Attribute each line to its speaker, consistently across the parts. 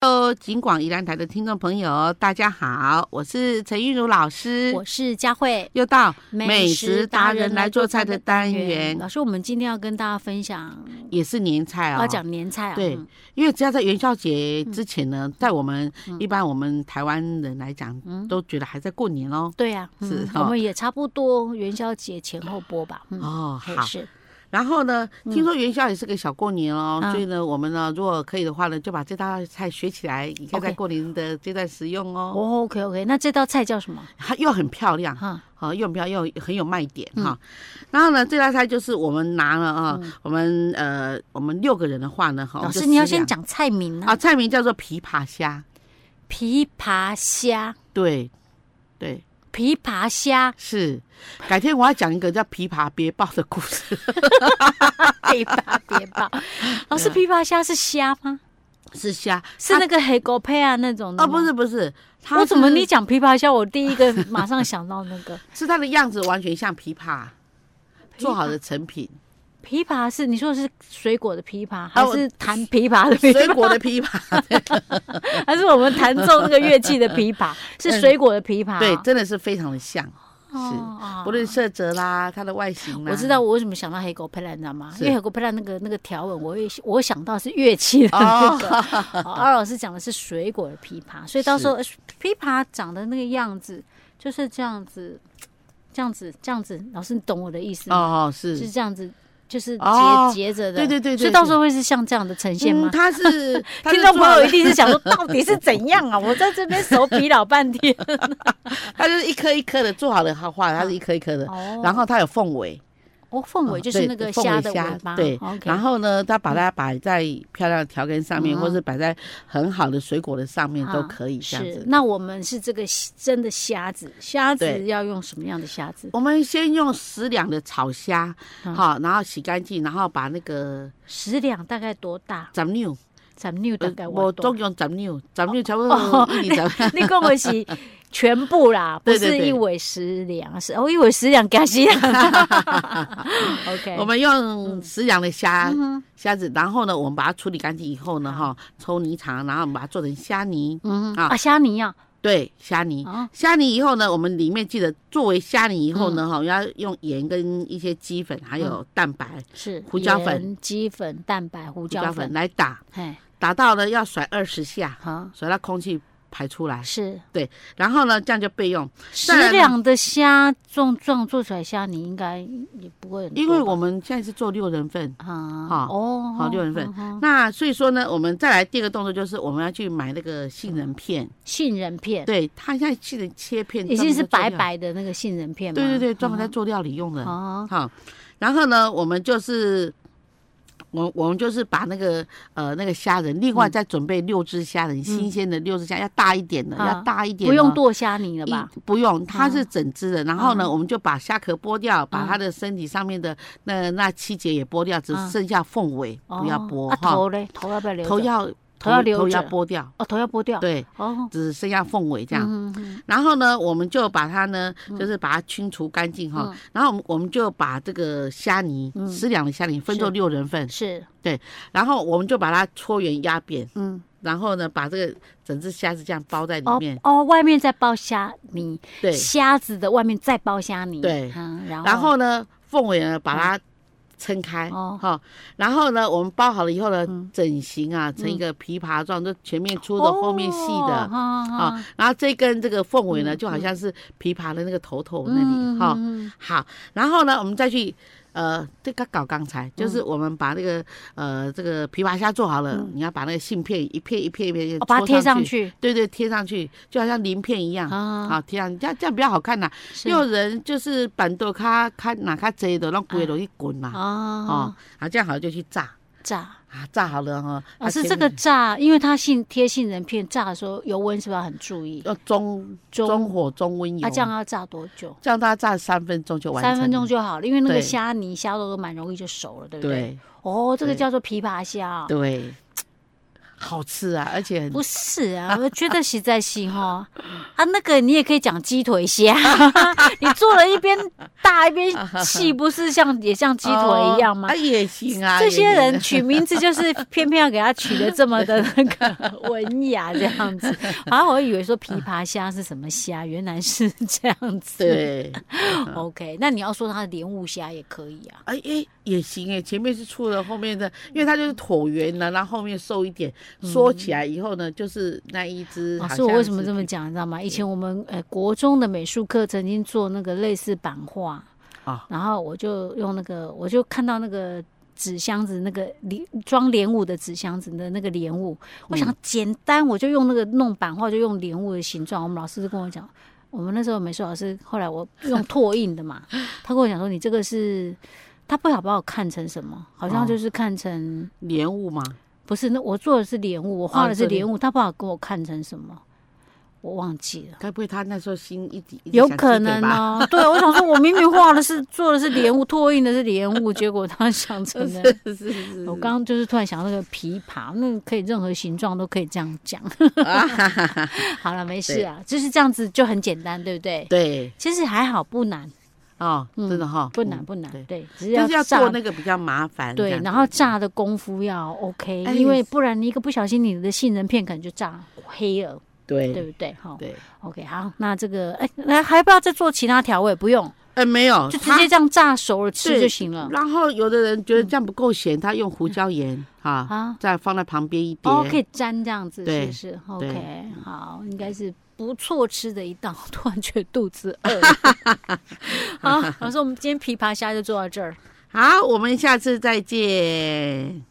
Speaker 1: Hello，金广宜兰台的听众朋友，大家好，我是陈玉如老师，
Speaker 2: 我是佳慧，
Speaker 1: 又到美食达人来做菜的单元，
Speaker 2: 老师，我们今天要跟大家分享，
Speaker 1: 也是年菜哦，
Speaker 2: 要讲年菜啊，
Speaker 1: 对
Speaker 2: 嗯，
Speaker 1: 因为只要在元宵节之前呢，在我们一般我们台湾人来讲，都觉得还在过年哦。
Speaker 2: 对呀，嗯
Speaker 1: 是哦
Speaker 2: 我们也差不多元宵节前后播吧，嗯，
Speaker 1: 哦，好
Speaker 2: 也。是，
Speaker 1: 然后呢，听说元宵也是个小过年哦，
Speaker 2: 嗯
Speaker 1: 所以呢，我们呢，如果可以的话呢，就把这道菜学起来，你可以在
Speaker 2: OK
Speaker 1: 过年的这段食用哦。
Speaker 2: 哦，OK OK，那这道菜叫什么？
Speaker 1: 它又很漂亮，
Speaker 2: 哈，
Speaker 1: 好、又比较又很有卖点
Speaker 2: 嗯
Speaker 1: 哈、然后呢，这道菜就是我们拿了啊，我们呃，我们六个人的话呢，哈，我
Speaker 2: 老
Speaker 1: 们就
Speaker 2: 师你要
Speaker 1: 私量
Speaker 2: 先讲菜名
Speaker 1: 啊，
Speaker 2: 啊，
Speaker 1: 菜名叫做琵琶虾，
Speaker 2: 琵琶虾，
Speaker 1: 对，对，，
Speaker 2: 琵琶虾
Speaker 1: 是。改天我要讲一个叫琵琶别抱的故事，
Speaker 2: 别吧别 吧，老师，
Speaker 1: 啊
Speaker 2: 琵琶虾是虾吗？
Speaker 1: 是 虾，
Speaker 2: 是那个黑狗配啊那种的
Speaker 1: 哦，
Speaker 2: 吗
Speaker 1: 不是，不是，它
Speaker 2: 我怎么
Speaker 1: 是
Speaker 2: 你讲琵琶虾，我第一个马上想到那个
Speaker 1: 是它的样子完全像琵琶做好的成品，
Speaker 2: 琵琶是你说的是水果的琵琶，
Speaker 1: 啊
Speaker 2: 还
Speaker 1: 我
Speaker 2: 是弹琵琶的琵琶？
Speaker 1: 水果的琵 琶，
Speaker 2: 还是我们弹奏那个乐器的琵琶？是水果的琵琶？
Speaker 1: 嗯
Speaker 2: 啊
Speaker 1: 对，真的是非常的像，是。
Speaker 2: 哦
Speaker 1: 不论色泽啦，它的外形啦，
Speaker 2: 我知道我为什么想到黑狗佩兰，你知道吗？
Speaker 1: 是
Speaker 2: 因为黑狗佩兰那个那个条纹，我也我想到是乐器
Speaker 1: 啊
Speaker 2: 的那个。 哦二老师讲的是水果的琵琶，所以到时候呃琵琶长的那个样子就是这样子，这样子，这样子。老师，你懂我的意思吗？
Speaker 1: 哦，是
Speaker 2: 是这样子，就是结、
Speaker 1: 哦
Speaker 2: 结着的。
Speaker 1: 对对对对
Speaker 2: 所以到时候会是像这样的呈现吗？
Speaker 1: 嗯、他 是他
Speaker 2: 听
Speaker 1: 是
Speaker 2: 众朋友
Speaker 1: 做
Speaker 2: 一定是想说，到底是怎样啊？我在这边手比老半 天。
Speaker 1: 他就是一颗一颗的做好了画画，它是一颗一颗的。
Speaker 2: 哦
Speaker 1: 然后它有凤尾，啊
Speaker 2: 哦，凤尾就
Speaker 1: 嗯
Speaker 2: 是
Speaker 1: 对
Speaker 2: 那个
Speaker 1: 凤
Speaker 2: 虾
Speaker 1: 尾
Speaker 2: 的尾巴，
Speaker 1: 对。
Speaker 2: OK，
Speaker 1: 然后呢，它把它摆在漂亮的条根上面，
Speaker 2: 嗯
Speaker 1: 或是摆在很好的水果的上面
Speaker 2: 啊
Speaker 1: 都可以这样
Speaker 2: 是
Speaker 1: 子。
Speaker 2: 那我们是这个真的虾子，虾子
Speaker 1: 对
Speaker 2: 要用什么样的虾子？
Speaker 1: 我们先用十两的草虾，
Speaker 2: 嗯
Speaker 1: 好，然后洗干净，然后把那个
Speaker 2: 十两大概多大？
Speaker 1: 杂六，
Speaker 2: 咱们六大概我
Speaker 1: 呃我
Speaker 2: 多
Speaker 1: 都。用杂六，杂六差不
Speaker 2: 哦
Speaker 1: 多一厘杂，
Speaker 2: 你跟我是全 部啦，不
Speaker 1: 对对
Speaker 2: 是
Speaker 1: 对
Speaker 2: 一尾十两，是哦，一尾十两加西两。OK，
Speaker 1: 我们用十两的虾
Speaker 2: 嗯
Speaker 1: 虾子，然后呢，我们把它处理干净以后呢，哈，抽泥肠，然后我们把它做成虾泥，
Speaker 2: 嗯
Speaker 1: 啊
Speaker 2: 啊虾泥啊，
Speaker 1: 对，虾泥。
Speaker 2: 啊
Speaker 1: 虾泥以后呢，我们里面记得作为虾泥以后呢，
Speaker 2: 嗯
Speaker 1: 哈、要用盐跟一些鸡粉，还有蛋白、
Speaker 2: 是
Speaker 1: 胡椒粉
Speaker 2: 盐、鸡粉、蛋白、胡
Speaker 1: 胡
Speaker 2: 椒
Speaker 1: 椒
Speaker 2: 粉
Speaker 1: 粉，来打，
Speaker 2: 哎，
Speaker 1: 打到呢要甩二十下，
Speaker 2: 好
Speaker 1: 甩到空气排出来，
Speaker 2: 是
Speaker 1: 然后呢这样就备用。
Speaker 2: 十
Speaker 1: 然呢
Speaker 2: 两的虾状状做出来虾泥应该也不会很多吧，
Speaker 1: 因为我们现在是做六人份，
Speaker 2: 啊
Speaker 1: 哈
Speaker 2: 哦
Speaker 1: 好六人份
Speaker 2: 嗯嗯
Speaker 1: 那所以说呢，我们再来第二个动作就是我们要去买那个杏仁片，
Speaker 2: 杏仁片
Speaker 1: 对，它现在杏仁切片
Speaker 2: 嗯已经是
Speaker 1: 专
Speaker 2: 白
Speaker 1: 门在做料理，
Speaker 2: 白的那个杏仁片嘛，
Speaker 1: 对对对，专门在
Speaker 2: 嗯
Speaker 1: 做料理用的。
Speaker 2: 哦
Speaker 1: 好，然后呢，我们就是我我们就是把那个呃那个虾仁，另
Speaker 2: 嗯
Speaker 1: 外再准备六只虾仁，新鲜的六只虾，要大一点的，
Speaker 2: 啊
Speaker 1: 要大一点的，
Speaker 2: 嗯
Speaker 1: 哦
Speaker 2: 不用剁虾泥了
Speaker 1: 一
Speaker 2: 吧？
Speaker 1: 不用，它是整只的。然后呢，
Speaker 2: 嗯
Speaker 1: 我们就把虾壳剥掉，把
Speaker 2: 嗯
Speaker 1: 它的身体上面的那那七节也剥掉，只
Speaker 2: 嗯
Speaker 1: 剩下凤尾
Speaker 2: 哦
Speaker 1: 不要剥
Speaker 2: 啊
Speaker 1: 哈，
Speaker 2: 头嘞，头要不要留着？
Speaker 1: 头要
Speaker 2: 头要留
Speaker 1: 头
Speaker 2: 着
Speaker 1: 要剥掉，
Speaker 2: 哦，头要剥掉。
Speaker 1: 对，
Speaker 2: 哦，
Speaker 1: 只剩下凤尾这样。
Speaker 2: 嗯嗯
Speaker 1: 然后呢，我们就把它呢，就是把它清除干净哈。然后我们我们就把这个虾泥，
Speaker 2: 嗯
Speaker 1: 十两的虾泥分
Speaker 2: 是
Speaker 1: 做六人份
Speaker 2: 嗯，是，
Speaker 1: 然后我们就把它搓圆压扁，
Speaker 2: 嗯，
Speaker 1: 然后呢，把这个整只虾子这样包在里
Speaker 2: 哦
Speaker 1: 面。
Speaker 2: 哦，外面再包虾泥，
Speaker 1: 对，
Speaker 2: 虾子的外面再包虾泥。
Speaker 1: 对
Speaker 2: 嗯，然后
Speaker 1: 然后呢，凤尾呢把它撑开，
Speaker 2: 嗯哦
Speaker 1: 哈。然后呢，我们包好了以后呢
Speaker 2: 嗯，哦
Speaker 1: 整形啊，成一个琵琶状，就前面粗的，后面细的。啊
Speaker 2: 啊，
Speaker 1: 然后这根这个凤尾呢，
Speaker 2: 嗯
Speaker 1: 就好像是琵琶的那个头头那里哈，
Speaker 2: 嗯
Speaker 1: 好，然后呢，我们再去呃，这个搞刚
Speaker 2: 嗯
Speaker 1: 才就是我们把那个呃这个琵琶虾做好了，你要把那个杏片一片一片一片
Speaker 2: 嗯哦把它
Speaker 1: 戳
Speaker 2: 贴上
Speaker 1: 上，
Speaker 2: 去
Speaker 1: 对对，贴上去，就好像鳞片一样。
Speaker 2: 啊，
Speaker 1: 好，贴上去，这样这样比较好看呐。
Speaker 2: 是
Speaker 1: 也有人就是板豆卡卡哪卡贼的，让龟都去滚嘛。哦
Speaker 2: 啊，，
Speaker 1: 啊，这样好就去炸
Speaker 2: 炸。
Speaker 1: 啊，炸好了哈。
Speaker 2: 老师，
Speaker 1: 啊
Speaker 2: 哦这个炸，因为它杏贴杏仁片炸的时候，油温是不是要很注意？
Speaker 1: 要中中火中温油，
Speaker 2: 啊，这样要炸多久？
Speaker 1: 这样大家炸三分钟就完成了。
Speaker 2: 三分钟就好了，因为那个
Speaker 1: 对
Speaker 2: 虾泥、虾肉都蛮容易就熟了，对不对？
Speaker 1: 对
Speaker 2: 哦，这个
Speaker 1: 对
Speaker 2: 叫做琵琶虾，
Speaker 1: 对，好吃啊，而且很
Speaker 2: 不是啊，我觉得实在是哈啊，那个你也可以讲鸡腿虾， 你做了一边大一 边细，不是像也像鸡腿一样吗？
Speaker 1: 哦啊，也行啊。
Speaker 2: 这些
Speaker 1: 也行
Speaker 2: 人取名字就是偏偏要给他取的这么的那个文雅这样 子，然后我以为说琵琶虾是什么虾，原来是这样子。
Speaker 1: 对，嗯
Speaker 2: ，OK，那你要说它的莲雾虾也可以啊。
Speaker 1: 哎哎也行哎，前面是粗的，后面的，因为它就是椭圆的，然后后面瘦一点，缩起来以后
Speaker 2: 嗯
Speaker 1: 呢，就是那一只。
Speaker 2: 老师，哦我为什么这么？讲，你知道吗？以前我们呃国中的美术课曾经做那个类似版画
Speaker 1: 啊，
Speaker 2: 然后我就用那个，我就看到那个纸箱子，那个莲装莲雾的纸箱子的那个莲雾，我
Speaker 1: 嗯
Speaker 2: 想简单，我就用那个弄版画，就用莲雾的形状。我们老师就跟我讲，我们那时候美术老师，后来我用拓印 的嘛，他跟我讲说，你这个是。他不好把我看成什么，好像
Speaker 1: 哦
Speaker 2: 就是看成、
Speaker 1: 莲雾嘛，
Speaker 2: 不是，那我做的是莲雾，我画的
Speaker 1: 哦这
Speaker 2: 是
Speaker 1: 里
Speaker 2: 莲雾，他不好给我看成什么，我忘记了。
Speaker 1: 该不会他那时候心一直一直
Speaker 2: 有
Speaker 1: 想吃
Speaker 2: 可
Speaker 1: 腿
Speaker 2: 能
Speaker 1: 吧？
Speaker 2: 哦， 对，我想说，我明明画的是做的是莲雾，拓印的是莲雾，结果他想成了。
Speaker 1: 是是是，
Speaker 2: 我刚刚就是突然想到那个琵琶，那个可以任何形状都可以这样讲。 好了，没事啊，就是这样子就很简单，对不 对？
Speaker 1: 对
Speaker 2: 其实还好，不难，
Speaker 1: 哦，真的哈，
Speaker 2: 不难，
Speaker 1: 嗯
Speaker 2: 不难，
Speaker 1: 对
Speaker 2: 对，只是
Speaker 1: 就是要
Speaker 2: 炸
Speaker 1: 做那个比较麻烦这
Speaker 2: 对
Speaker 1: 样，子。
Speaker 2: 然后炸的功夫要 OK，
Speaker 1: 哎
Speaker 2: 因为不然你一个不小心，你的杏仁片可能就炸黑了，对
Speaker 1: 对
Speaker 2: 不对？好，
Speaker 1: 对，
Speaker 2: OK，好，那这个哎，那还不要再做其他调味，不用，
Speaker 1: 哎没有，
Speaker 2: 就直
Speaker 1: 它
Speaker 2: 接这样炸熟了吃
Speaker 1: 对
Speaker 2: 就行了。
Speaker 1: 然后有的人觉得这样不够咸，他用胡椒盐啊，
Speaker 2: 啊，
Speaker 1: 再放在旁边一碟。
Speaker 2: 哦，可以沾这样子，是不
Speaker 1: 对
Speaker 2: 是
Speaker 1: 对
Speaker 2: ？OK，好，应该是不错吃的一道。突然觉得肚子饿了。 好，老师，我们今天琵琶虾就做到这儿。
Speaker 1: 好，我们下次再见。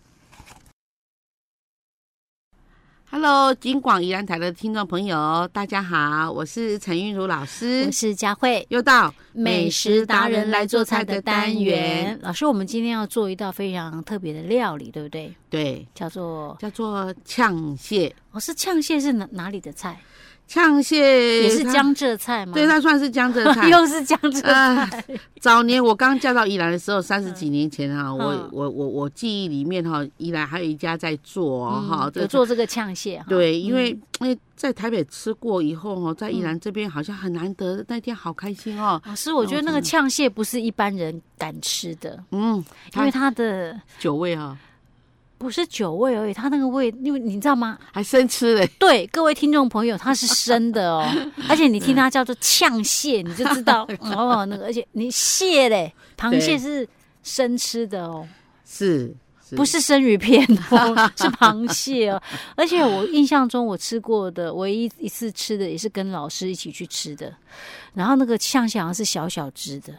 Speaker 1: Hello，金广宜兰台的听众朋友，大家好，我是陈韵如老师
Speaker 2: 我，是佳慧，
Speaker 1: 又到
Speaker 2: 嗯美食达人来做菜的单元。。老师，我们今天要做一道非常特别的料理，对不对？
Speaker 1: 对，
Speaker 2: 叫做
Speaker 1: 叫做呛蟹，
Speaker 2: 哦，是呛蟹是哪哪里的菜？
Speaker 1: 呛蟹
Speaker 2: 也是
Speaker 1: 它，
Speaker 2: 江浙菜吗？
Speaker 1: 对，它算是江 浙菜。
Speaker 2: 又是江浙菜。
Speaker 1: 啊，早年我刚嫁到宜兰的时候，三十几年前哈，
Speaker 2: 嗯
Speaker 1: 我我我我记忆里面哈，宜兰还有一家在做 哦
Speaker 2: 嗯
Speaker 1: 哈，这
Speaker 2: 有
Speaker 1: 个
Speaker 2: 做这个呛蟹哈。
Speaker 1: 对，因
Speaker 2: 嗯
Speaker 1: 为因为在台北吃过以后哦，在宜兰这边好像很难得，那天好开心哦，
Speaker 2: 老师，我觉得那个呛蟹不是一般人敢吃的，
Speaker 1: 嗯，
Speaker 2: 因
Speaker 1: 它
Speaker 2: 为它的
Speaker 1: 酒味哦哈，
Speaker 2: 不是酒味而已，它那个味，因为你知道吗？
Speaker 1: 还生吃嘞，
Speaker 2: 对，各位听众朋友，它是生 的哦，而且你听它叫做呛蟹，你就知道哦，那个，而且你蟹嘞，螃蟹
Speaker 1: 对
Speaker 2: 是生吃的哦。
Speaker 1: 是
Speaker 2: 不是生鱼片 哦，是螃蟹哦。而且我印象中，我吃过的唯一一次吃的也是跟老师一起去吃的，然后那个象蟹好像是小小只的，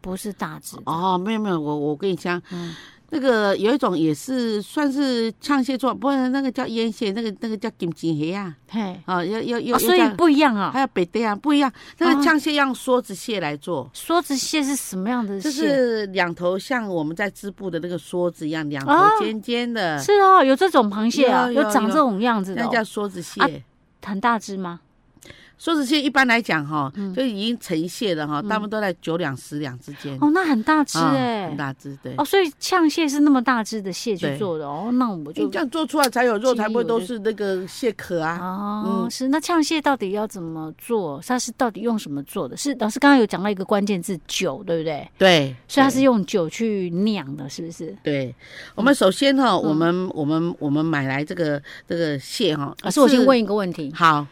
Speaker 2: 不是大只的。
Speaker 1: 哦，没有没有，我我跟你讲
Speaker 2: 嗯，
Speaker 1: 那个有一种也是算是呛蟹做，不然那个叫腌蟹，那个那个叫金金蟹啊，
Speaker 2: 嘿、
Speaker 1: 啊，要要
Speaker 2: 哦
Speaker 1: 要，
Speaker 2: 所以不一样啊、
Speaker 1: 还有北对啊，不一样，那
Speaker 2: 啊
Speaker 1: 个呛蟹用梭子蟹来做。
Speaker 2: 梭子蟹是什么样的
Speaker 1: 就
Speaker 2: 蟹？
Speaker 1: 是两头像我们在织布的那个梭子一样，两
Speaker 2: 哦
Speaker 1: 头尖尖的，
Speaker 2: 是哦，有这种螃蟹啊，
Speaker 1: 有有
Speaker 2: 长这
Speaker 1: 有
Speaker 2: 种样子的
Speaker 1: 那
Speaker 2: 哦、
Speaker 1: 叫梭子蟹。
Speaker 2: 啊很大只吗？
Speaker 1: 梭子蟹一般来讲哈，
Speaker 2: 嗯
Speaker 1: 就已经成蟹了哈，大部分都在九两十两之间。
Speaker 2: 哦，那很大只
Speaker 1: 啊
Speaker 2: 哎、
Speaker 1: 很大只，对。
Speaker 2: 哦，所以呛蟹是那么大只的蟹去
Speaker 1: 对
Speaker 2: 做的哦，那我
Speaker 1: 你
Speaker 2: 就
Speaker 1: 这样做出来才有肉，
Speaker 2: 记忆
Speaker 1: 才不会
Speaker 2: 我
Speaker 1: 都
Speaker 2: 就是
Speaker 1: 那个蟹壳啊。
Speaker 2: 哦，
Speaker 1: 嗯
Speaker 2: 是那呛蟹到底要怎么做？它是到底用什么做的？是老师刚刚有讲到一个关键字酒，对不对？
Speaker 1: 对，
Speaker 2: 所以它是啊
Speaker 1: 对。
Speaker 2: 用酒去酿的，是不是？
Speaker 1: 对，我们首先
Speaker 2: 嗯
Speaker 1: 哈，我们我们我们买来这个这个蟹哈，
Speaker 2: 老师，啊我先
Speaker 1: 是
Speaker 2: 问一个问题，
Speaker 1: 好，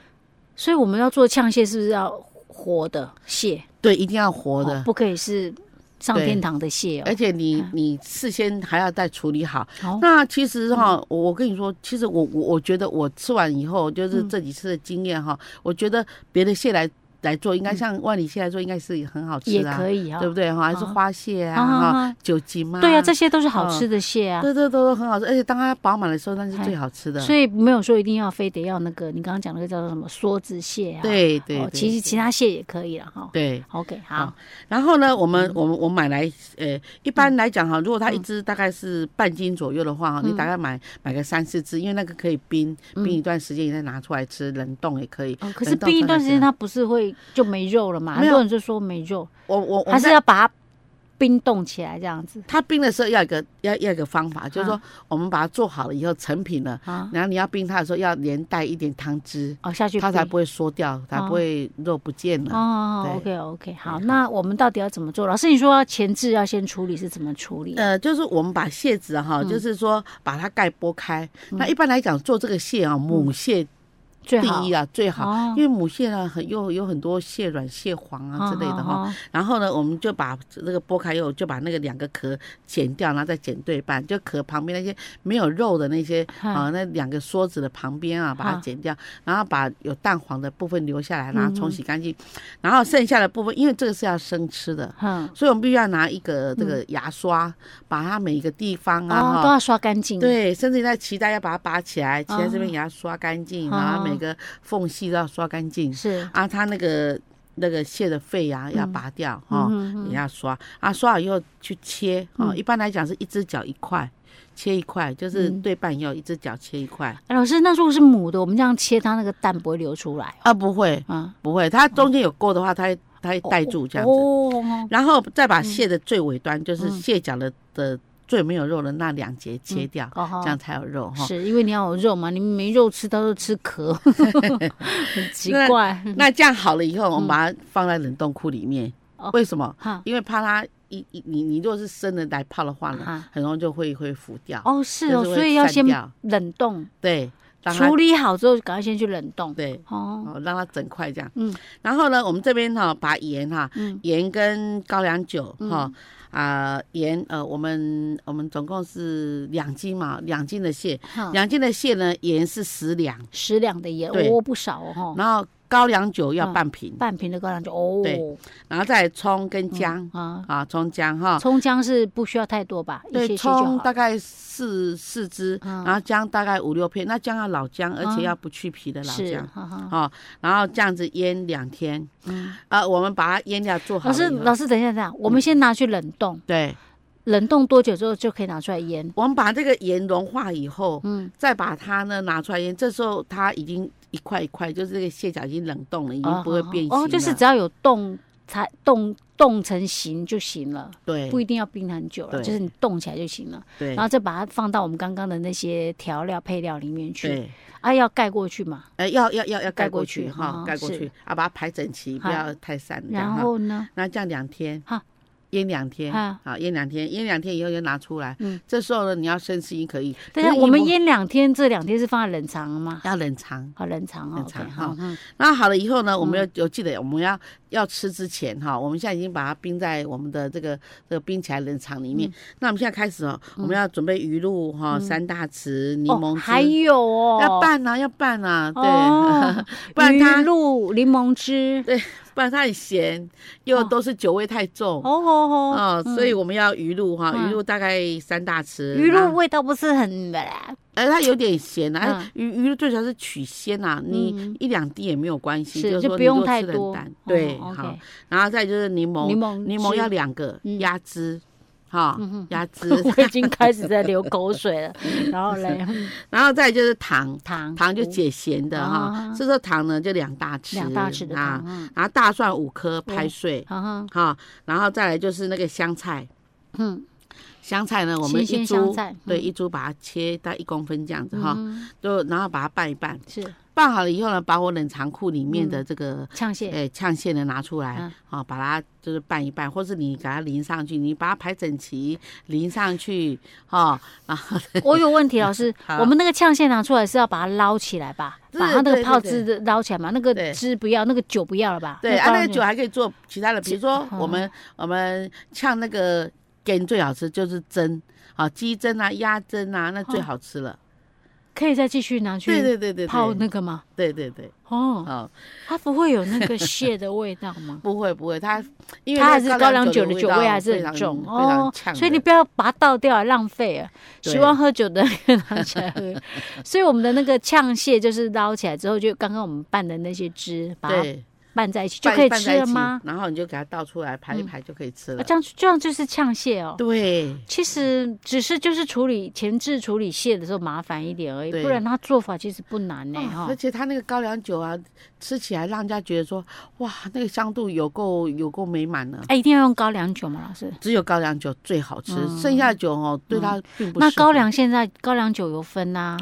Speaker 2: 所以我们要做呛蟹是不是要活的蟹？
Speaker 1: 对，一定要活
Speaker 2: 哦
Speaker 1: 的，
Speaker 2: 不可以是上
Speaker 1: 对
Speaker 2: 天堂的蟹
Speaker 1: 而
Speaker 2: 哦。
Speaker 1: 且你你事先还要再处理好。
Speaker 2: 好、
Speaker 1: 那其实哈，我
Speaker 2: 嗯
Speaker 1: 我跟你说，其实我我我觉得我吃完以后，
Speaker 2: 嗯
Speaker 1: 就是这几次的经验哈，我觉得别的蟹来来做，应该像万里蟹来做，应该是很好吃
Speaker 2: 嗯也
Speaker 1: 的啊，
Speaker 2: 可以哈、
Speaker 1: 对不对哈？还是
Speaker 2: 啊
Speaker 1: 花蟹
Speaker 2: 啊啊
Speaker 1: 啊，哈，
Speaker 2: 啊
Speaker 1: 酒精啊，
Speaker 2: 对啊，这些都是好吃的蟹啊。
Speaker 1: 对对对都很好吃，而且当它饱满的时候，那是最好吃的。
Speaker 2: 所以没有说一定要非得要那个，你刚刚讲那个叫做什么梭子蟹啊？
Speaker 1: 对对
Speaker 2: 哦
Speaker 1: 对，
Speaker 2: 其实其他蟹也可以了哈。
Speaker 1: 对。
Speaker 2: OK，好
Speaker 1: 好，然后
Speaker 2: 嗯
Speaker 1: 呢，我们我们我买来，呃，一般来讲哈，如果它一只大概是半斤左右的话哈，
Speaker 2: 嗯
Speaker 1: 你大概买买个三四只，因为那个可以冰冰一段时间，你再拿出来吃，冷冻也可以。
Speaker 2: 哦，可是
Speaker 1: 冷冻
Speaker 2: 冰一
Speaker 1: 状
Speaker 2: 段
Speaker 1: 态
Speaker 2: 时间
Speaker 1: 下
Speaker 2: 它不是会就没肉了嘛？
Speaker 1: 没
Speaker 2: 很
Speaker 1: 有
Speaker 2: 多人就说没肉，
Speaker 1: 我我我
Speaker 2: 还是
Speaker 1: 在
Speaker 2: 要把它冰冻起来这样子
Speaker 1: 它冰的时候要有一个要要有一个方法，就是说
Speaker 2: 啊
Speaker 1: 我们把它做好了以后成品了，
Speaker 2: 啊？
Speaker 1: 然后你要冰它的时候要连带一点汤汁，
Speaker 2: 哦，下去
Speaker 1: 它才
Speaker 2: 冰啊
Speaker 1: 不会缩掉，才不会肉不见了。
Speaker 2: 哦
Speaker 1: 对
Speaker 2: ，OK OK，好，那我们到底要怎么做？老师，你说要前置要先处理是怎么处理？
Speaker 1: 呃，就是我们把蟹子哈，
Speaker 2: 嗯
Speaker 1: 就是说把它盖剥开。那一般来讲，做这个蟹啊，母蟹
Speaker 2: 嗯最
Speaker 1: 第
Speaker 2: 好
Speaker 1: 一啊最好，
Speaker 2: 哦
Speaker 1: 因为母蟹呢很又有很多蟹卵、蟹黄啊
Speaker 2: 嗯
Speaker 1: 之类的
Speaker 2: 哦
Speaker 1: 哈。，然后呢，我们就把这个剥开以后，就把那个两个壳剪掉，然后再剪对半，就壳旁边那些没有肉的那些
Speaker 2: 嗯
Speaker 1: 啊、那两个梭子的旁边啊，把它
Speaker 2: 嗯
Speaker 1: 剪掉，然后把有蛋黄的部分留下来，然后
Speaker 2: 嗯
Speaker 1: 冲洗干净，然后剩下的部分，因为这个是要生吃的。
Speaker 2: 嗯，
Speaker 1: 所以我们必须要拿一个这个牙刷，把它每一个地方啊，
Speaker 2: 哦，
Speaker 1: 哈
Speaker 2: 都要刷干净。，
Speaker 1: 对，甚至你在脐带要把它拔起来，脐带这边
Speaker 2: 哦
Speaker 1: 也要刷干净，然后
Speaker 2: 哦
Speaker 1: 每个缝隙都要刷干净。
Speaker 2: 是，
Speaker 1: 啊，它那个那个蟹的肺啊要拔掉哈，
Speaker 2: 嗯
Speaker 1: 也要刷啊，刷好以后去切哦。一般来讲是一只脚一块，切一块，就是
Speaker 2: 嗯
Speaker 1: 对半以后一只脚切一块。
Speaker 2: 哎老师，那如果是母的，我们这样切它那个蛋不会流出来
Speaker 1: 啊，不会
Speaker 2: 啊？
Speaker 1: 不会，它中间有沟的话，它会它会带住这样子。
Speaker 2: 哦，
Speaker 1: 然后再把蟹的最尾端，就是
Speaker 2: 嗯
Speaker 1: 蟹脚的的最没有肉的那两节切掉，
Speaker 2: 哦吼
Speaker 1: 这样才有肉哈。
Speaker 2: 是因为你要有肉嘛，你没肉吃，到时候吃 壳，很奇
Speaker 1: 那
Speaker 2: 怪。
Speaker 1: 那这样好了以后，我们把它放在冷冻库里面
Speaker 2: 嗯哦。
Speaker 1: 为什么？
Speaker 2: 哈，
Speaker 1: 因为怕它一一你你如果是生的来泡的话呢
Speaker 2: 啊，
Speaker 1: 很容易就会会腐掉。
Speaker 2: 哦，是
Speaker 1: 就
Speaker 2: 哦，
Speaker 1: 是会
Speaker 2: 所以要
Speaker 1: 散
Speaker 2: 先
Speaker 1: 掉
Speaker 2: 冷冻，
Speaker 1: 对，让它
Speaker 2: 处理好之后，赶快先去冷冻。
Speaker 1: 对。
Speaker 2: 哦，
Speaker 1: 哦，让它整块这样。
Speaker 2: 嗯，
Speaker 1: 然后呢，我们这边哈、把盐哈、
Speaker 2: 嗯
Speaker 1: 盐跟高粱酒哈啊、盐呃，我们我们总共是两斤嘛，两斤的蟹，
Speaker 2: 哈
Speaker 1: 两斤的蟹呢，盐是十两，
Speaker 2: 十两的盐，
Speaker 1: 对
Speaker 2: 哦，不少哦，哈
Speaker 1: 然后高粱酒要
Speaker 2: 嗯
Speaker 1: 半瓶，
Speaker 2: 半瓶的高粱酒哦，
Speaker 1: 对然后再葱跟姜、
Speaker 2: 啊，
Speaker 1: 啊，葱姜哈，
Speaker 2: 葱姜是不需要太多吧，一些
Speaker 1: 对，
Speaker 2: 些就好
Speaker 1: 葱
Speaker 2: 了。
Speaker 1: 大概四四支，
Speaker 2: 嗯
Speaker 1: 然后姜大概五六片，那姜要老姜，而且
Speaker 2: 嗯
Speaker 1: 要不去皮的老
Speaker 2: 是，
Speaker 1: 姜。
Speaker 2: 哈哈，
Speaker 1: 哦，然后这样子腌两天，
Speaker 2: 嗯
Speaker 1: 啊，我们把它腌料做好嗯
Speaker 2: 老
Speaker 1: 了以
Speaker 2: 师，
Speaker 1: 后。
Speaker 2: 老师，等一下，等一下，我们先拿去冷冻，
Speaker 1: 对，
Speaker 2: 冷冻多久之后就可以拿出来腌？
Speaker 1: 我们把这个盐融化以后，
Speaker 2: 嗯，
Speaker 1: 再把它呢拿出来腌，这时候它已经一块一块，就是这个蟹脚已经冷冻了，已经不会变形
Speaker 2: 哦，就是
Speaker 1: 了
Speaker 2: 只要有冻才冻冻成型就行了，
Speaker 1: 对
Speaker 2: 不一定要冰很久了，
Speaker 1: 对
Speaker 2: 就是你冻起来就行了，
Speaker 1: 对
Speaker 2: 然后再把它放到我们刚刚的那些调料配料里面去，
Speaker 1: 对，
Speaker 2: 啊，要盖过去嘛，
Speaker 1: 呃，要要要要
Speaker 2: 盖
Speaker 1: 盖
Speaker 2: 过
Speaker 1: 过去
Speaker 2: 去
Speaker 1: 哈
Speaker 2: 哦，
Speaker 1: 盖过
Speaker 2: 是
Speaker 1: 去啊，把它排整齐，不
Speaker 2: 好
Speaker 1: 要太散。这样
Speaker 2: 然
Speaker 1: 嗯哈
Speaker 2: 后呢，
Speaker 1: 那这样两天，
Speaker 2: 哈，
Speaker 1: 腌两天，
Speaker 2: 哈
Speaker 1: 好，腌两天，腌两天以后就拿出来。
Speaker 2: 嗯
Speaker 1: 这时候呢，你要生吃也可以，
Speaker 2: 对啊，
Speaker 1: 可是
Speaker 2: 我们
Speaker 1: 你不
Speaker 2: 腌两天，这两天是放在冷藏吗？
Speaker 1: 要冷藏。
Speaker 2: 好，冷藏哦，
Speaker 1: 冷藏
Speaker 2: OK，
Speaker 1: 哈
Speaker 2: 好，嗯
Speaker 1: 那好了以后呢，我们要有记得，我们要要吃之前哈，我们现在已经把它冰在我们的这个这个冰起来冷藏里面。
Speaker 2: 嗯
Speaker 1: 那我们现在开始哦，我们要准备鱼露哈，三大匙柠
Speaker 2: 哦，
Speaker 1: 檬
Speaker 2: 还
Speaker 1: 汁，
Speaker 2: 有哦，
Speaker 1: 要拌啊，要拌啊，
Speaker 2: 哦
Speaker 1: 对， 不然它
Speaker 2: 鱼露、柠檬汁，
Speaker 1: 不然它很咸，又
Speaker 2: 哦
Speaker 1: 都是酒味太重
Speaker 2: 哦哦
Speaker 1: 哦，所以我啊们要鱼露哈，
Speaker 2: 嗯
Speaker 1: 鱼露大概三大匙，
Speaker 2: 哦，鱼
Speaker 1: 然后
Speaker 2: 露味道不是很
Speaker 1: 哎，它有点咸啊
Speaker 2: 嗯，
Speaker 1: 鱼鱼肉最主要是取鲜呐，你
Speaker 2: 嗯
Speaker 1: 一两滴也没有关系，
Speaker 2: 是
Speaker 1: 是
Speaker 2: 就
Speaker 1: 说
Speaker 2: 不
Speaker 1: 你如
Speaker 2: 用
Speaker 1: 果
Speaker 2: 太
Speaker 1: 吃得很
Speaker 2: 多
Speaker 1: 淡，对，
Speaker 2: 哦
Speaker 1: 好
Speaker 2: ，OK，，
Speaker 1: 然后再就是柠檬
Speaker 2: 柠，檬
Speaker 1: 柠檬
Speaker 2: 汁
Speaker 1: 要两个
Speaker 2: 嗯
Speaker 1: 压汁，哈
Speaker 2: 嗯哼，
Speaker 1: 压汁，
Speaker 2: 我已经开始在流口水了，然后嘞，
Speaker 1: 然后再就是糖，
Speaker 2: 糖哦
Speaker 1: 糖就解咸的哈
Speaker 2: 啊，
Speaker 1: 这时候糖呢就两大匙，
Speaker 2: 两大匙的糖
Speaker 1: 啊，，
Speaker 2: 哦嗯
Speaker 1: 然后大蒜五颗拍碎，
Speaker 2: 好好，
Speaker 1: 哈，然后再来就是那个香菜，
Speaker 2: 嗯，
Speaker 1: 香菜呢我们
Speaker 2: 新
Speaker 1: 一
Speaker 2: 鲜香
Speaker 1: 株。
Speaker 2: 菜，
Speaker 1: 对，
Speaker 2: 嗯，
Speaker 1: 一株把它切到一公分这样子哈，
Speaker 2: 嗯
Speaker 1: 就然后把它拌一拌，
Speaker 2: 是
Speaker 1: 拌好了以后呢，把我冷藏库里面
Speaker 2: 嗯
Speaker 1: 的这个
Speaker 2: 呛蟹，
Speaker 1: 诶哎呛蟹呢拿出来，
Speaker 2: 嗯
Speaker 1: 啊、把它就是拌一拌，或是你给它淋上去，你把它排整齐，淋上去，哦，然 后
Speaker 2: 我 有问题，老师
Speaker 1: 好，
Speaker 2: 我们那个呛蟹拿出来是要把它捞起来吧？
Speaker 1: 对
Speaker 2: 把它那
Speaker 1: 对
Speaker 2: 个泡
Speaker 1: 对
Speaker 2: 汁的捞起来嘛？那个
Speaker 1: 对
Speaker 2: 汁不要，那个酒不要了吧？
Speaker 1: 对，啊，
Speaker 2: 高
Speaker 1: 那个
Speaker 2: 粱
Speaker 1: 酒还可以做其他的，比如说
Speaker 2: 嗯
Speaker 1: 我们、我们呛那个羹最好吃就是蒸，啊，鸡蒸啊，鸭蒸啊，那最好吃了。
Speaker 2: 可以再继续哦拿去
Speaker 1: 对对对对，对
Speaker 2: 泡那，个吗？
Speaker 1: 对对对，
Speaker 2: 哦，
Speaker 1: 哦，
Speaker 2: 它不会有那个蟹的味道吗？
Speaker 1: 不会不会，它因为
Speaker 2: 它还
Speaker 1: 那
Speaker 2: 是
Speaker 1: 个
Speaker 2: 高粱酒的酒
Speaker 1: 味道
Speaker 2: 味还是
Speaker 1: 非
Speaker 2: 很
Speaker 1: 常
Speaker 2: 重
Speaker 1: 非常
Speaker 2: 哦
Speaker 1: 呛，的
Speaker 2: 所以你不要把它倒掉，浪费了。
Speaker 1: 对
Speaker 2: 喜欢喝酒的人拿起来喝。所以我们的那个呛蟹就是捞起来之后，就刚刚我们拌的那些汁，把它
Speaker 1: 对。
Speaker 2: 拌在一起就
Speaker 1: 拌
Speaker 2: 可以
Speaker 1: 拌在
Speaker 2: 吃
Speaker 1: 一
Speaker 2: 了
Speaker 1: 起
Speaker 2: 吗？
Speaker 1: 然后你就给它倒出来排一排就可以吃
Speaker 2: 啊，
Speaker 1: 了。
Speaker 2: 这样这样就是呛蟹哦。
Speaker 1: 对，
Speaker 2: 其实只是就是处理前置处理蟹的时候麻烦一点而已，
Speaker 1: 对
Speaker 2: 不然它做法其实不难呢、
Speaker 1: 啊
Speaker 2: 哈、
Speaker 1: 而且它那个高粱酒啊，吃起来让人家觉得说，哇，那个香度有够有够美满呢。
Speaker 2: 哎、一定要用高粱酒吗，老师？
Speaker 1: 只有高粱酒最好吃，
Speaker 2: 嗯
Speaker 1: 剩下的酒哦，对它并不适合。
Speaker 2: 那高粱现在高粱酒有分呐、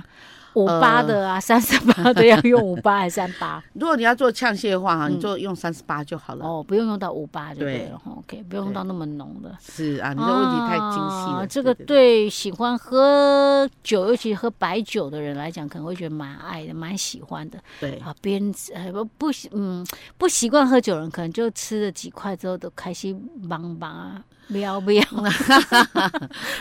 Speaker 2: 五八
Speaker 1: 呃
Speaker 2: 的啊，三十八 的要用五八还是三八？
Speaker 1: 如果你要做呛蟹的话哈，
Speaker 2: 嗯
Speaker 1: 你就用三十八就好了。
Speaker 2: 哦，不用用到五八就对
Speaker 1: 对
Speaker 2: 了。哈 OK，不用用到那么浓的。
Speaker 1: 是啊，你的问题太精细了。
Speaker 2: 啊这个
Speaker 1: 对
Speaker 2: 对喜欢喝酒，尤其喝白酒的人来讲，可能会觉得蛮爱的，蛮喜欢的
Speaker 1: 对
Speaker 2: 啊。边吃呃不不习嗯不习惯喝酒的人，可能就吃了几块之后都开心忙忙啊，不要 不要。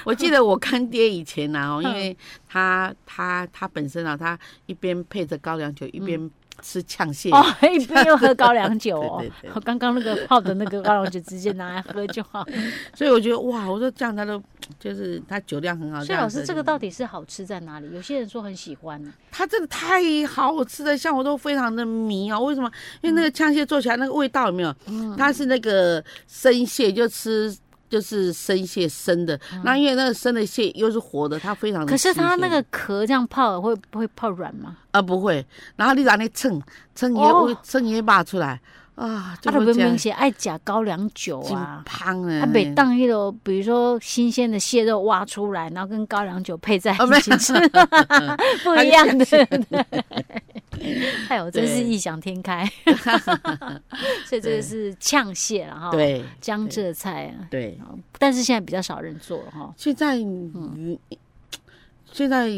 Speaker 1: 我记得我干爹以前啊， 哦
Speaker 2: 嗯
Speaker 1: 因为他他他本身啊，他一边配着高粱酒，一边吃呛蟹。
Speaker 2: 哦，一边又喝高粱酒哦
Speaker 1: 对对。
Speaker 2: 刚刚那个泡的那个高粱酒直接拿来喝就好。
Speaker 1: 所以我觉得哇，我说这样他都就是他酒量很好。嗯
Speaker 2: 所以
Speaker 1: 样
Speaker 2: 老
Speaker 1: 子
Speaker 2: 师，这个到底是好吃在哪里？有些人说很喜欢啊呢。
Speaker 1: 它真的太好吃了，像我都非常的迷哦。为什么？因为那个枪蟹做起来那个味道有没有？
Speaker 2: 嗯
Speaker 1: 它是那个生蟹，就吃就是生蟹生的。那、因为那个生的蟹又是活的，它非常的。
Speaker 2: 可是它那个壳这样泡了会会泡软吗？
Speaker 1: 啊不会，然后你让那蹭蹭也
Speaker 2: 哦
Speaker 1: 蹭也拔出来啊，就
Speaker 2: 啊，就
Speaker 1: 会
Speaker 2: 明
Speaker 1: 这样
Speaker 2: 明是爱加高粱酒
Speaker 1: 金
Speaker 2: 啊。
Speaker 1: 胖啊
Speaker 2: 啊，北当迄种，比如说新鲜的蟹肉挖出来，然后跟高粱酒配在
Speaker 1: 啊没有
Speaker 2: 一起吃， 不一样的。 哎呦，真是
Speaker 1: 对
Speaker 2: 异想 天开。所以这个
Speaker 1: 对
Speaker 2: 是呛蟹了哈，
Speaker 1: 对
Speaker 2: 江浙菜啊，
Speaker 1: 对。
Speaker 2: 但是现在比较少人做了哈。
Speaker 1: 现在你、
Speaker 2: 嗯
Speaker 1: 现在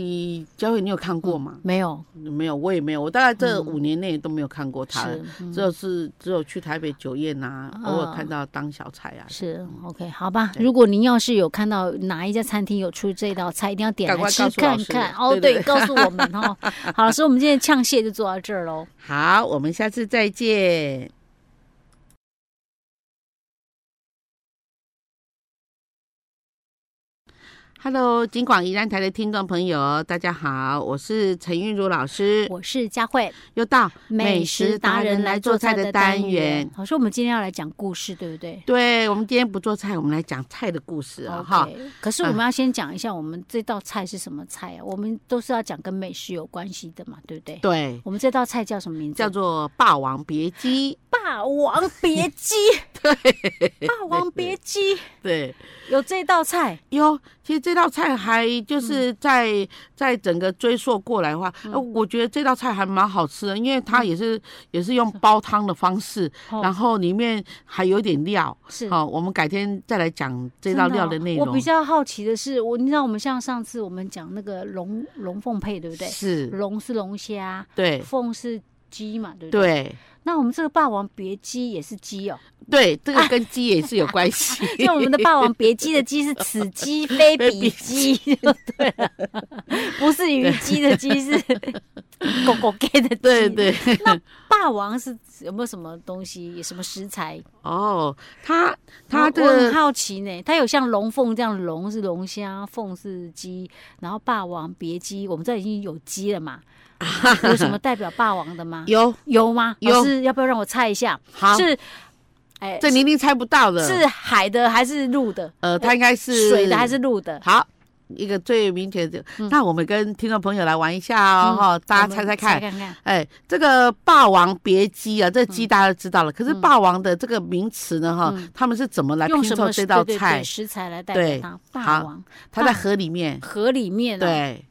Speaker 1: 教会你有看过吗？
Speaker 2: 没有，
Speaker 1: 没有，我也没有，我大概这五年内都没有看过它了。
Speaker 2: 嗯是嗯
Speaker 1: 只有是只有去台北酒宴啊，
Speaker 2: 嗯
Speaker 1: 偶尔看到当小菜啊，
Speaker 2: 是 OK，好吧。
Speaker 1: 对
Speaker 2: 如果您要是有看到哪一家餐厅有出这道菜，一定要点
Speaker 1: 赶
Speaker 2: 来
Speaker 1: 快
Speaker 2: 吃
Speaker 1: 告诉老
Speaker 2: 看
Speaker 1: 师
Speaker 2: 看。
Speaker 1: 对
Speaker 2: 哦，
Speaker 1: 对
Speaker 2: 对，
Speaker 1: 对
Speaker 2: 告诉我们 哦。好，老师，我们今天的呛蟹就做到这儿喽。
Speaker 1: 好，我们下次再见。Hello，金广宜兰台的听众朋友，大家好，我是陈韵如老师，
Speaker 2: 我是佳慧，
Speaker 1: 又到美食达人来做菜的单元。。
Speaker 2: 老师，我们今天要来讲故事，对不对？
Speaker 1: 对，我们今天不做菜，我们来讲菜的故事啊，哈
Speaker 2: OK，可是我们要先讲一下，我们这道菜是什么菜啊？我们都是要讲跟美食有关系的嘛，对不对？
Speaker 1: 对，
Speaker 2: 我们这道菜叫什么名字？
Speaker 1: 叫做《霸王别姬》。
Speaker 2: 霸王别 姬。对，霸王别姬
Speaker 1: 对，
Speaker 2: 有这道菜。
Speaker 1: 有，其实这道菜还
Speaker 2: 嗯
Speaker 1: 就是在、在整个追溯过来的话，呃我觉得这道菜还蛮好吃的，因为它也是、也是用煲汤的方式，
Speaker 2: 嗯 哦
Speaker 1: 然后里面还有点料。
Speaker 2: 是
Speaker 1: 好、我们改天再来讲这
Speaker 2: 真
Speaker 1: 道料
Speaker 2: 哦
Speaker 1: 的内
Speaker 2: 我
Speaker 1: 容。
Speaker 2: 比较好奇的是，我你知道我们像上次我们讲那个龙龙凤配，对不对？
Speaker 1: 是，
Speaker 2: 龙是龙虾，
Speaker 1: 对
Speaker 2: 凤是鸡嘛，对不对？
Speaker 1: 对
Speaker 2: 那我们这个《霸王别姬》也是 鸡哦，
Speaker 1: 对，这个跟鸡也是有关 系。
Speaker 2: 所以我们的《霸王别姬》的鸡是此鸡非彼鸡，就对了，不是虞姬的鸡，是狗狗给的鸡。
Speaker 1: 对。对，
Speaker 2: 霸王是有没有什么东西，有什么食材？
Speaker 1: 哦，它它
Speaker 2: 我我很
Speaker 1: 的
Speaker 2: 好奇呢，它有像龙凤这样，龙是龙虾，凤是鸡，然后霸王别姬，我们这已经有鸡 了嘛？有什么代表霸王的吗？
Speaker 1: 有
Speaker 2: 有吗？
Speaker 1: 有
Speaker 2: 老师，要不要让我猜一下？
Speaker 1: 好，
Speaker 2: 是，哎、
Speaker 1: 这你一定猜不到的。
Speaker 2: 是海的还是陆的？
Speaker 1: 呃，它应该是
Speaker 2: 水的还是陆的？
Speaker 1: 好，一个最明确的，那我们跟听众朋友来玩一下哦，
Speaker 2: 嗯
Speaker 1: 哈、大家
Speaker 2: 我
Speaker 1: 猜
Speaker 2: 们
Speaker 1: 猜看。
Speaker 2: 看嗯看。
Speaker 1: 哎，这个霸王别姬啊，这鸡大家都知道了。可是霸王的这个名词呢，哈、
Speaker 2: 嗯
Speaker 1: 他们是怎么来拼
Speaker 2: 用什
Speaker 1: 凑
Speaker 2: 么
Speaker 1: 这道
Speaker 2: 对对
Speaker 1: 菜
Speaker 2: 对？食材来代
Speaker 1: 对
Speaker 2: 表它？霸王
Speaker 1: 它在河里面，
Speaker 2: 河里面、哦，，
Speaker 1: 对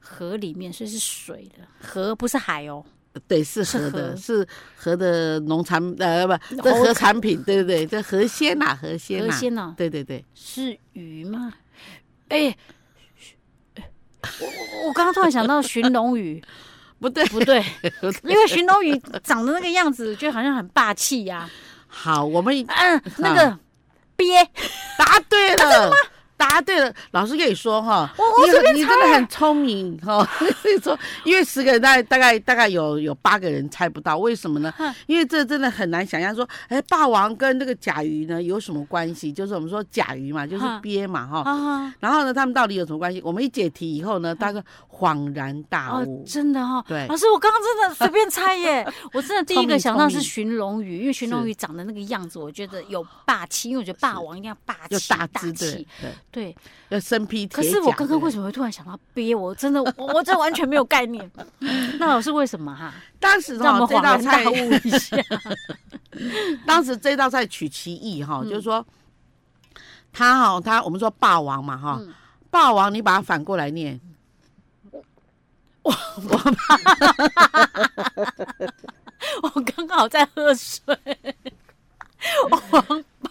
Speaker 2: 河里面，所以是水的河，不是海哦。
Speaker 1: 对，是
Speaker 2: 是
Speaker 1: 河的，
Speaker 2: 河
Speaker 1: 是河的农产，呃，不，这
Speaker 2: 哦
Speaker 1: 河产品，对对对，这河鲜呐、河鲜
Speaker 2: 河哦
Speaker 1: 呐、
Speaker 2: 鲜呢、
Speaker 1: 对对对，
Speaker 2: 是鱼吗？哎、我我我刚刚突然想到寻 龙鱼，
Speaker 1: 不对，
Speaker 2: 不对，因为寻龙鱼长得那个样子，就好像很霸气呀、 啊
Speaker 1: 好，我们
Speaker 2: 嗯，那个鳖，
Speaker 1: 答对了，答对了，老师跟你说哈，
Speaker 2: 我我随便
Speaker 1: 你你
Speaker 2: 猜
Speaker 1: 真的很聪明哈。 所以说，因为十个人大概大概大概有有八个人猜不到，为什么呢
Speaker 2: 哼？
Speaker 1: 因为这真的很难想象说，哎，霸王跟那个甲鱼呢有什么关系？就是我们说甲鱼嘛，就是
Speaker 2: 哼
Speaker 1: 鳖嘛哈。
Speaker 2: 啊，
Speaker 1: 然后呢，他们到底有什么关系？我们一解题以后呢，大家恍然大
Speaker 2: 嗯哦
Speaker 1: 悟，。
Speaker 2: 真的哈、哦，
Speaker 1: 对
Speaker 2: 老师，我刚刚真的随便猜 耶，我真的第一
Speaker 1: 聪明
Speaker 2: 个想到
Speaker 1: 聪
Speaker 2: 是
Speaker 1: 明
Speaker 2: 寻龙鱼，因为寻龙鱼长得那个样子，我觉得有霸气，因为我觉得霸王一定要霸
Speaker 1: 又
Speaker 2: 气，
Speaker 1: 大
Speaker 2: 大
Speaker 1: 只对
Speaker 2: 气，
Speaker 1: 对，
Speaker 2: 对。
Speaker 1: 要身披
Speaker 2: 可
Speaker 1: 铁甲。
Speaker 2: 是我刚刚为
Speaker 1: 对
Speaker 2: 什么会突然想到鳖？我真的，我我这完全没有概 念。那老师为什么哈？
Speaker 1: 当时
Speaker 2: 让
Speaker 1: 哈
Speaker 2: 我们
Speaker 1: 这
Speaker 2: 恍
Speaker 1: 道
Speaker 2: 然
Speaker 1: 菜
Speaker 2: 大悟一 下。
Speaker 1: 当时这道菜取其意哈，
Speaker 2: 嗯
Speaker 1: 就是说，他哈他我们说霸王嘛 哈
Speaker 2: 嗯，
Speaker 1: 霸王你把它反过来念，
Speaker 2: 我刚刚好在喝水。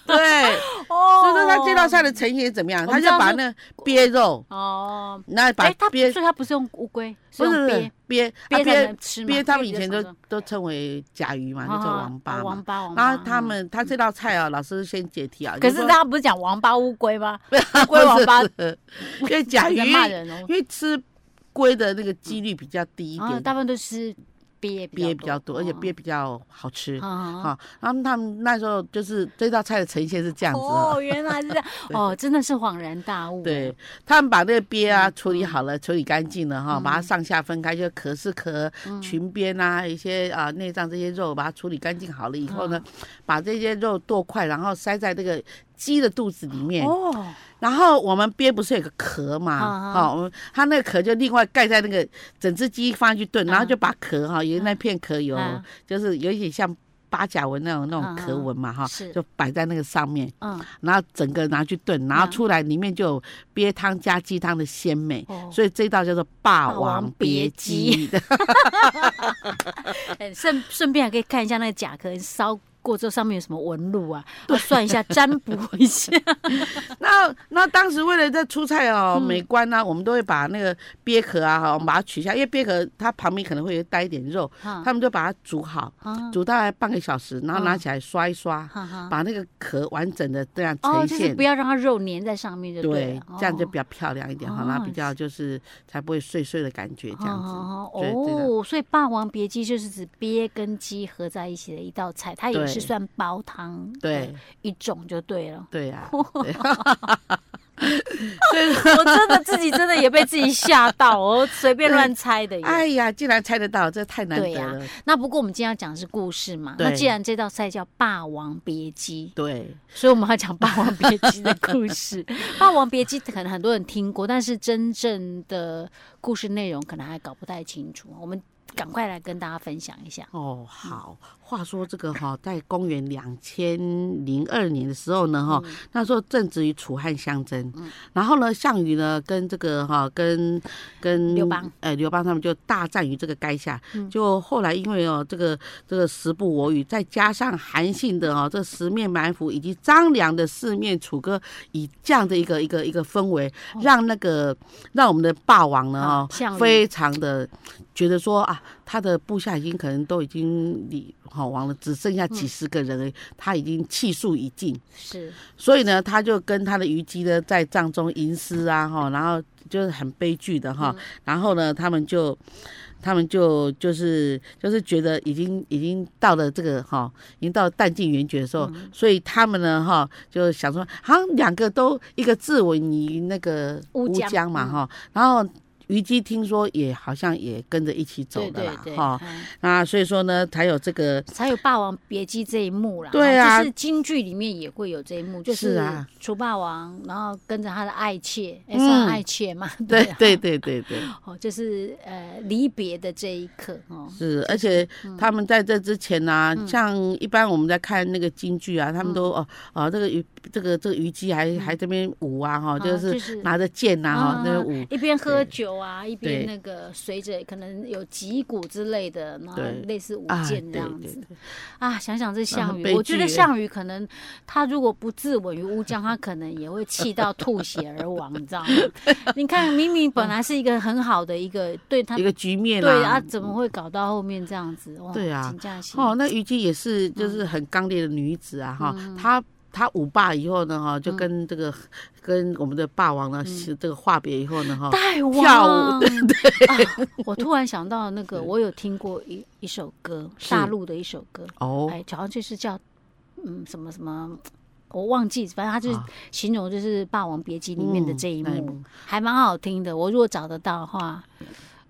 Speaker 1: 对，
Speaker 2: 哦
Speaker 1: 所以说他这道菜的呈现怎么样？
Speaker 2: 我
Speaker 1: 他
Speaker 2: 们
Speaker 1: 就把那鳖肉，
Speaker 2: 哦，
Speaker 1: 那把
Speaker 2: 哎，他
Speaker 1: 鳖
Speaker 2: 所以他不是用乌龟，是
Speaker 1: 不
Speaker 2: 用
Speaker 1: 是不
Speaker 2: 鳖
Speaker 1: 是，鳖啊
Speaker 2: 鳖才
Speaker 1: 鳖
Speaker 2: 能吃嘛。
Speaker 1: 鳖，他们以前
Speaker 2: 比较
Speaker 1: 都
Speaker 2: 常
Speaker 1: 都称为甲鱼嘛，
Speaker 2: 见
Speaker 1: 那叫
Speaker 2: 哦
Speaker 1: 王八
Speaker 2: 哦
Speaker 1: 嘛
Speaker 2: 王。八王八。
Speaker 1: 然后他们他这道菜啊，老师先解题啊，
Speaker 2: 嗯，可
Speaker 1: 就是说
Speaker 2: 他不是讲王八乌龟吗？乌
Speaker 1: 不
Speaker 2: 龟
Speaker 1: 是
Speaker 2: 王八，
Speaker 1: 因为甲 鱼
Speaker 2: 在骂人哦。
Speaker 1: 因为吃龟的那个几率比较低一
Speaker 2: 啊，
Speaker 1: 点，
Speaker 2: 大部分都是鳖
Speaker 1: 鳖比较
Speaker 2: 哦
Speaker 1: 多，而且鳖比较好吃。
Speaker 2: 啊。
Speaker 1: 啊，然后他们那时候就是这道菜的呈现是这样子哦。
Speaker 2: 哦，原来是这样
Speaker 1: 对
Speaker 2: 哦，真的是恍然大悟。
Speaker 1: 对，他们把那个鳖啊处理好了，处理干净了
Speaker 2: 嗯
Speaker 1: 哈，把它上下分开，就壳是壳、裙边
Speaker 2: 嗯
Speaker 1: 啊，一些啊内脏这些肉，把它处理干净好了以后呢，
Speaker 2: 嗯
Speaker 1: 把这些肉剁块，然后塞在那个鸡的肚子里面。
Speaker 2: 哦，
Speaker 1: 然后我们鳖不是有个壳嘛？
Speaker 2: 啊
Speaker 1: 哈、我们它那个壳就另外盖在那个整只鸡放进去炖，然后
Speaker 2: 啊
Speaker 1: 就把壳哈，有那片壳有，
Speaker 2: 啊
Speaker 1: 就是有一点像八甲纹那种那种
Speaker 2: 啊
Speaker 1: 壳纹嘛哈，
Speaker 2: 是
Speaker 1: 就摆在那个上面，
Speaker 2: 嗯，
Speaker 1: 然后整个拿去炖，然后
Speaker 2: 啊
Speaker 1: 出来里面就有鳖汤加鸡汤的鲜美，
Speaker 2: 哦
Speaker 1: 所以这道叫做霸
Speaker 2: 霸王
Speaker 1: 王
Speaker 2: 别
Speaker 1: 别姬。
Speaker 2: 哎顺顺便还可以看一下那个甲壳烧过之后上面有什么纹路啊，啊算一下，占卜 一下。
Speaker 1: 那那当时为了这出菜哦，
Speaker 2: 嗯
Speaker 1: 美观呢、我们都会把那个鳖壳啊，哈，我们把它取下，因为鳖壳它旁边可能会带一点肉，
Speaker 2: 哈
Speaker 1: 他们就把它煮好，
Speaker 2: 啊
Speaker 1: 煮大概半个小时，然后拿
Speaker 2: 嗯
Speaker 1: 起来刷一刷，
Speaker 2: 哈哈
Speaker 1: 把那个壳完整的这样
Speaker 2: 嗯哦，
Speaker 1: 呈
Speaker 2: 就是
Speaker 1: 现
Speaker 2: 不。要让它肉粘在上面就
Speaker 1: 对
Speaker 2: 了，
Speaker 1: 这样就比
Speaker 2: 哦
Speaker 1: 较漂亮一点哈，
Speaker 2: 哦
Speaker 1: 然后比较就是才不会碎碎的感觉这样子。
Speaker 2: 哦
Speaker 1: 对对的
Speaker 2: 哦，所以霸王别姬就是指鳖跟鸡合在一起的一道菜，它也
Speaker 1: 对
Speaker 2: 是算煲汤的
Speaker 1: 对
Speaker 2: 一种就对了。
Speaker 1: 对啊呀，
Speaker 2: 我真的自己真的也被自己吓到，我随便乱猜的耶。
Speaker 1: 哎呀，竟然猜得到，这太难
Speaker 2: 对
Speaker 1: 得
Speaker 2: 呀
Speaker 1: 了。
Speaker 2: 那不过我们今天要讲的是故事嘛，
Speaker 1: 对
Speaker 2: 那既然这道菜叫《霸王别姬
Speaker 1: 对》，
Speaker 2: 所以我们要讲《霸王别姬》的故 事。《霸王别姬》可能很多人听过，但是真正的故事内容可能还搞不太清楚。我们赶快来跟大家分享一下。
Speaker 1: 哦，好。话说这个哈、在公元两千零二年的时候呢，哈、
Speaker 2: 嗯
Speaker 1: 那时候正值于楚汉相争，然后呢，项羽呢跟这个哈、跟跟
Speaker 2: 刘邦，嗯
Speaker 1: 哎，刘邦他们就大战于这个垓下，就后来因为哦这个这个时不我与，再加上韩信的哦这十面埋伏以及张良的四面楚歌，以这样的一个一个一个氛围，
Speaker 2: 哦
Speaker 1: 让那个让我们的霸王呢
Speaker 2: 啊
Speaker 1: 哦
Speaker 2: 项羽
Speaker 1: 非常的觉得说啊，他的部下已经可能都已经离好亡了，只剩下几十个人而已，他已经气数已尽，
Speaker 2: 是，
Speaker 1: 所以呢，他就跟他的虞姬呢在帐中吟诗啊，哈，然后就是很悲剧的
Speaker 2: 嗯
Speaker 1: 哈，然后呢，他们就。他们就就是就是觉得已经已经到了这个哈，已经到了弹尽援绝的时候，
Speaker 2: 嗯
Speaker 1: 所以他们呢哈就想说，好像两个都一个自刎于那个
Speaker 2: 乌
Speaker 1: 乌
Speaker 2: 江
Speaker 1: 江嘛
Speaker 2: 嗯
Speaker 1: 哈，然后虞姬听说也好像也跟着一起走
Speaker 2: 对
Speaker 1: 了
Speaker 2: 对
Speaker 1: 啦
Speaker 2: 对，
Speaker 1: 哈，
Speaker 2: 嗯
Speaker 1: 那所以说呢才有这个
Speaker 2: 才有《霸王别姬》这一幕啦。
Speaker 1: 对啊
Speaker 2: 就是京剧里面也会有这一幕，就是
Speaker 1: 啊
Speaker 2: 楚霸王，然后跟着他的爱妾，哎、
Speaker 1: 嗯
Speaker 2: 算爱妾嘛，
Speaker 1: 对
Speaker 2: 啊
Speaker 1: 对对对对。
Speaker 2: 哦，就是呃离别的这一刻哦，
Speaker 1: 是，而且
Speaker 2: 嗯
Speaker 1: 他们在这之前呢、啊像一般我们在看那个京剧啊，他
Speaker 2: 嗯
Speaker 1: 们都哦哦，这个虞这个这个虞姬还还这边舞啊哈，
Speaker 2: 啊
Speaker 1: 就
Speaker 2: 就是是
Speaker 1: 拿着剑呐哈
Speaker 2: 啊
Speaker 1: 那边舞，
Speaker 2: 一边喝酒啊，一边
Speaker 1: 对
Speaker 2: 那个随着可能有击鼓之类的，然后
Speaker 1: 对
Speaker 2: 类似舞
Speaker 1: 啊
Speaker 2: 剑这
Speaker 1: 对
Speaker 2: 样
Speaker 1: 对
Speaker 2: 子
Speaker 1: 对
Speaker 2: 啊。想想这项
Speaker 1: 很
Speaker 2: 羽，
Speaker 1: 悲
Speaker 2: 我觉得
Speaker 1: 剧耶
Speaker 2: 项羽可能他如果不自刎于乌江，他可能也会气到吐血而亡，你知道吗？ 你看，明明本来是一个很好的一个对他
Speaker 1: 一个局面
Speaker 2: 对啊，
Speaker 1: 啦。
Speaker 2: 怎么会搞到后面这样子？哇
Speaker 1: 对啊
Speaker 2: 请假期嗯
Speaker 1: 哦，那虞姬也是就是很刚烈的女子啊哈，她。他五霸以后呢，哈，就
Speaker 2: 嗯
Speaker 1: 跟这个、跟我们的霸王呢，是这个话别以后呢，哈，
Speaker 2: 大王
Speaker 1: 哦跳舞
Speaker 2: 对我突然想到那个，我有听过一一首歌，
Speaker 1: 是
Speaker 2: 大陆的一首歌，
Speaker 1: 哦，
Speaker 2: 哎，好像就是叫嗯什么什么。我忘记，反正他就是
Speaker 1: 啊
Speaker 2: 形容就是《霸王别姬》里面的这一
Speaker 1: 嗯那一
Speaker 2: 幕，
Speaker 1: 幕
Speaker 2: 还蛮好听的。我如果找得到的话，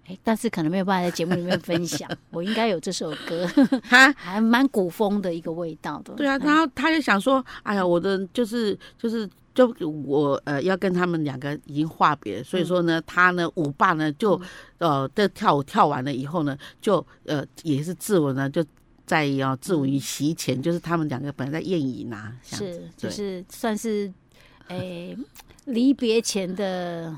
Speaker 2: 哎，但是可能没有办法在节目里面分享。 我应该有这首歌，
Speaker 1: 他
Speaker 2: 还蛮古风的一个味道的。
Speaker 1: 对啊，
Speaker 2: 哎
Speaker 1: 然后他就想说，哎呀，我的就是就是就我呃要跟他们两个已经话别，所以
Speaker 2: 嗯
Speaker 1: 说呢，他呢舞霸呢就、呃这跳舞跳完了以后呢，就呃也是自刎呢就。在要自刎于席前，就是他们两个本来在宴饮啊呐，这样子
Speaker 2: 嗯是
Speaker 1: 对
Speaker 2: 就是算是哎离别前的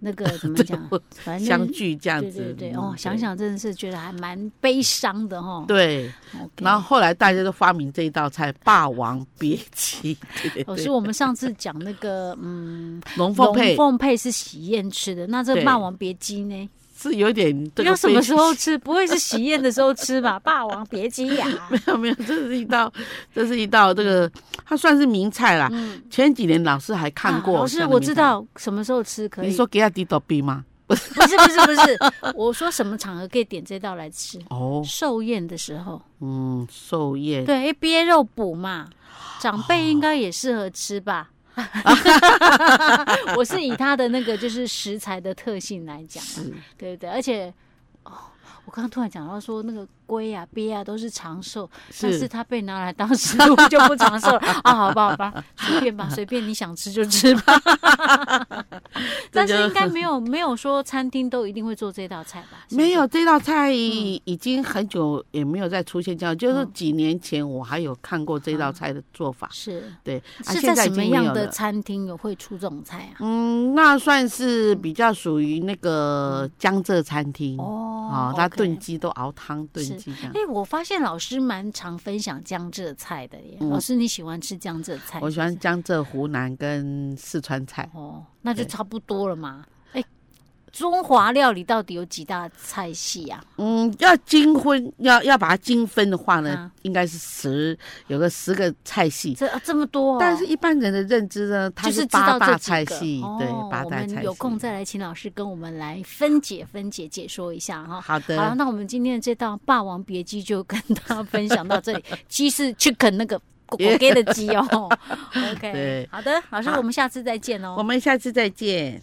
Speaker 2: 那 个怎么讲，反正
Speaker 1: 相聚这样
Speaker 2: 对
Speaker 1: 子。
Speaker 2: 对对，
Speaker 1: 嗯
Speaker 2: 哦，想，想真的是觉得还蛮悲伤的哈。
Speaker 1: 对，
Speaker 2: OK
Speaker 1: 然后后来大家都发明这一道菜“霸王别姬”， 对对
Speaker 2: 哦，
Speaker 1: 对
Speaker 2: 是我们上次讲那 个，嗯，
Speaker 1: 龙凤
Speaker 2: 龙
Speaker 1: 配
Speaker 2: 凤配是喜宴吃的，那这
Speaker 1: 对
Speaker 2: 《霸王别姬》呢？
Speaker 1: 是有点这个
Speaker 2: 要什么时
Speaker 1: 悲
Speaker 2: 候吃？不会是喜宴的时候吃吧？《 霸王别姬》呀，
Speaker 1: 没有没有，这是一道，这是一道这个，它算是名菜啦。
Speaker 2: 嗯，
Speaker 1: 前几年老师还 看过，
Speaker 2: 啊老师，我知。道什么时候吃可以。
Speaker 1: 你说给他低倒闭吗？
Speaker 2: 不是不是不是，我说什么场合可以点这道来吃？
Speaker 1: 哦，
Speaker 2: 寿宴的时候，
Speaker 1: 嗯，寿宴
Speaker 2: 对，因为鳖肉补嘛，长辈应该也适合吃吧。
Speaker 1: 哦
Speaker 2: 我是以它的那个就是食材的特性来讲啊，
Speaker 1: 是
Speaker 2: 对不对？而且，哦，我刚刚突然讲到说那个龟啊、鳖啊都是长寿，但是
Speaker 1: 是
Speaker 2: 它被拿来当食物就不长寿了啊！好吧，好吧，随便吧，随便你想吃就吃 吧。但是应该没有没有说餐厅都一定会做这道菜吧？是不是嗯
Speaker 1: 没有这道菜已经很久也没有再出现这样，就是几年前我还有看过这道菜的做法。
Speaker 2: 是
Speaker 1: 对，啊
Speaker 2: 啊是
Speaker 1: 现在
Speaker 2: 什
Speaker 1: 已
Speaker 2: 么
Speaker 1: 经没
Speaker 2: 样
Speaker 1: 有
Speaker 2: 的
Speaker 1: 了。
Speaker 2: 餐厅有会出这种菜啊？
Speaker 1: 嗯，那算是比较属于那个江浙餐厅
Speaker 2: 嗯哦
Speaker 1: 啊，它
Speaker 2: OK
Speaker 1: 炖鸡都熬汤炖
Speaker 2: 是
Speaker 1: 鸡这样
Speaker 2: 哎、。我发现老师蛮常分享江浙菜的耶。
Speaker 1: 嗯
Speaker 2: 老师，你喜欢吃江浙菜？
Speaker 1: 我喜欢江浙、湖南跟四川菜。
Speaker 2: 哦，那就
Speaker 1: 对
Speaker 2: 差不多了嘛。哎、中华料理到底有几大菜系啊？
Speaker 1: 嗯，要精分，要要把它精分的话呢，
Speaker 2: 啊
Speaker 1: 应该是十有个十个菜系。
Speaker 2: 这、啊、这么多、哦，
Speaker 1: 但是，一般人的认知呢，它
Speaker 2: 就是知
Speaker 1: 八
Speaker 2: 道
Speaker 1: 大
Speaker 2: 这
Speaker 1: 菜
Speaker 2: 几个
Speaker 1: 系，
Speaker 2: 哦、
Speaker 1: 对，八大
Speaker 2: 我
Speaker 1: 菜
Speaker 2: 们
Speaker 1: 系。
Speaker 2: 有空再来请老师跟我们来分解、分解、解说一下哈。
Speaker 1: 好
Speaker 2: 好了，
Speaker 1: 的，
Speaker 2: 那我们今天的这道《霸王别姬》就跟大家分享到 这里。鸡是 chicken 那个狗狗给的鸡哦。OK，
Speaker 1: 对
Speaker 2: 好的，老师，
Speaker 1: 好
Speaker 2: 我们下次再见哦。
Speaker 1: 我们下次再见。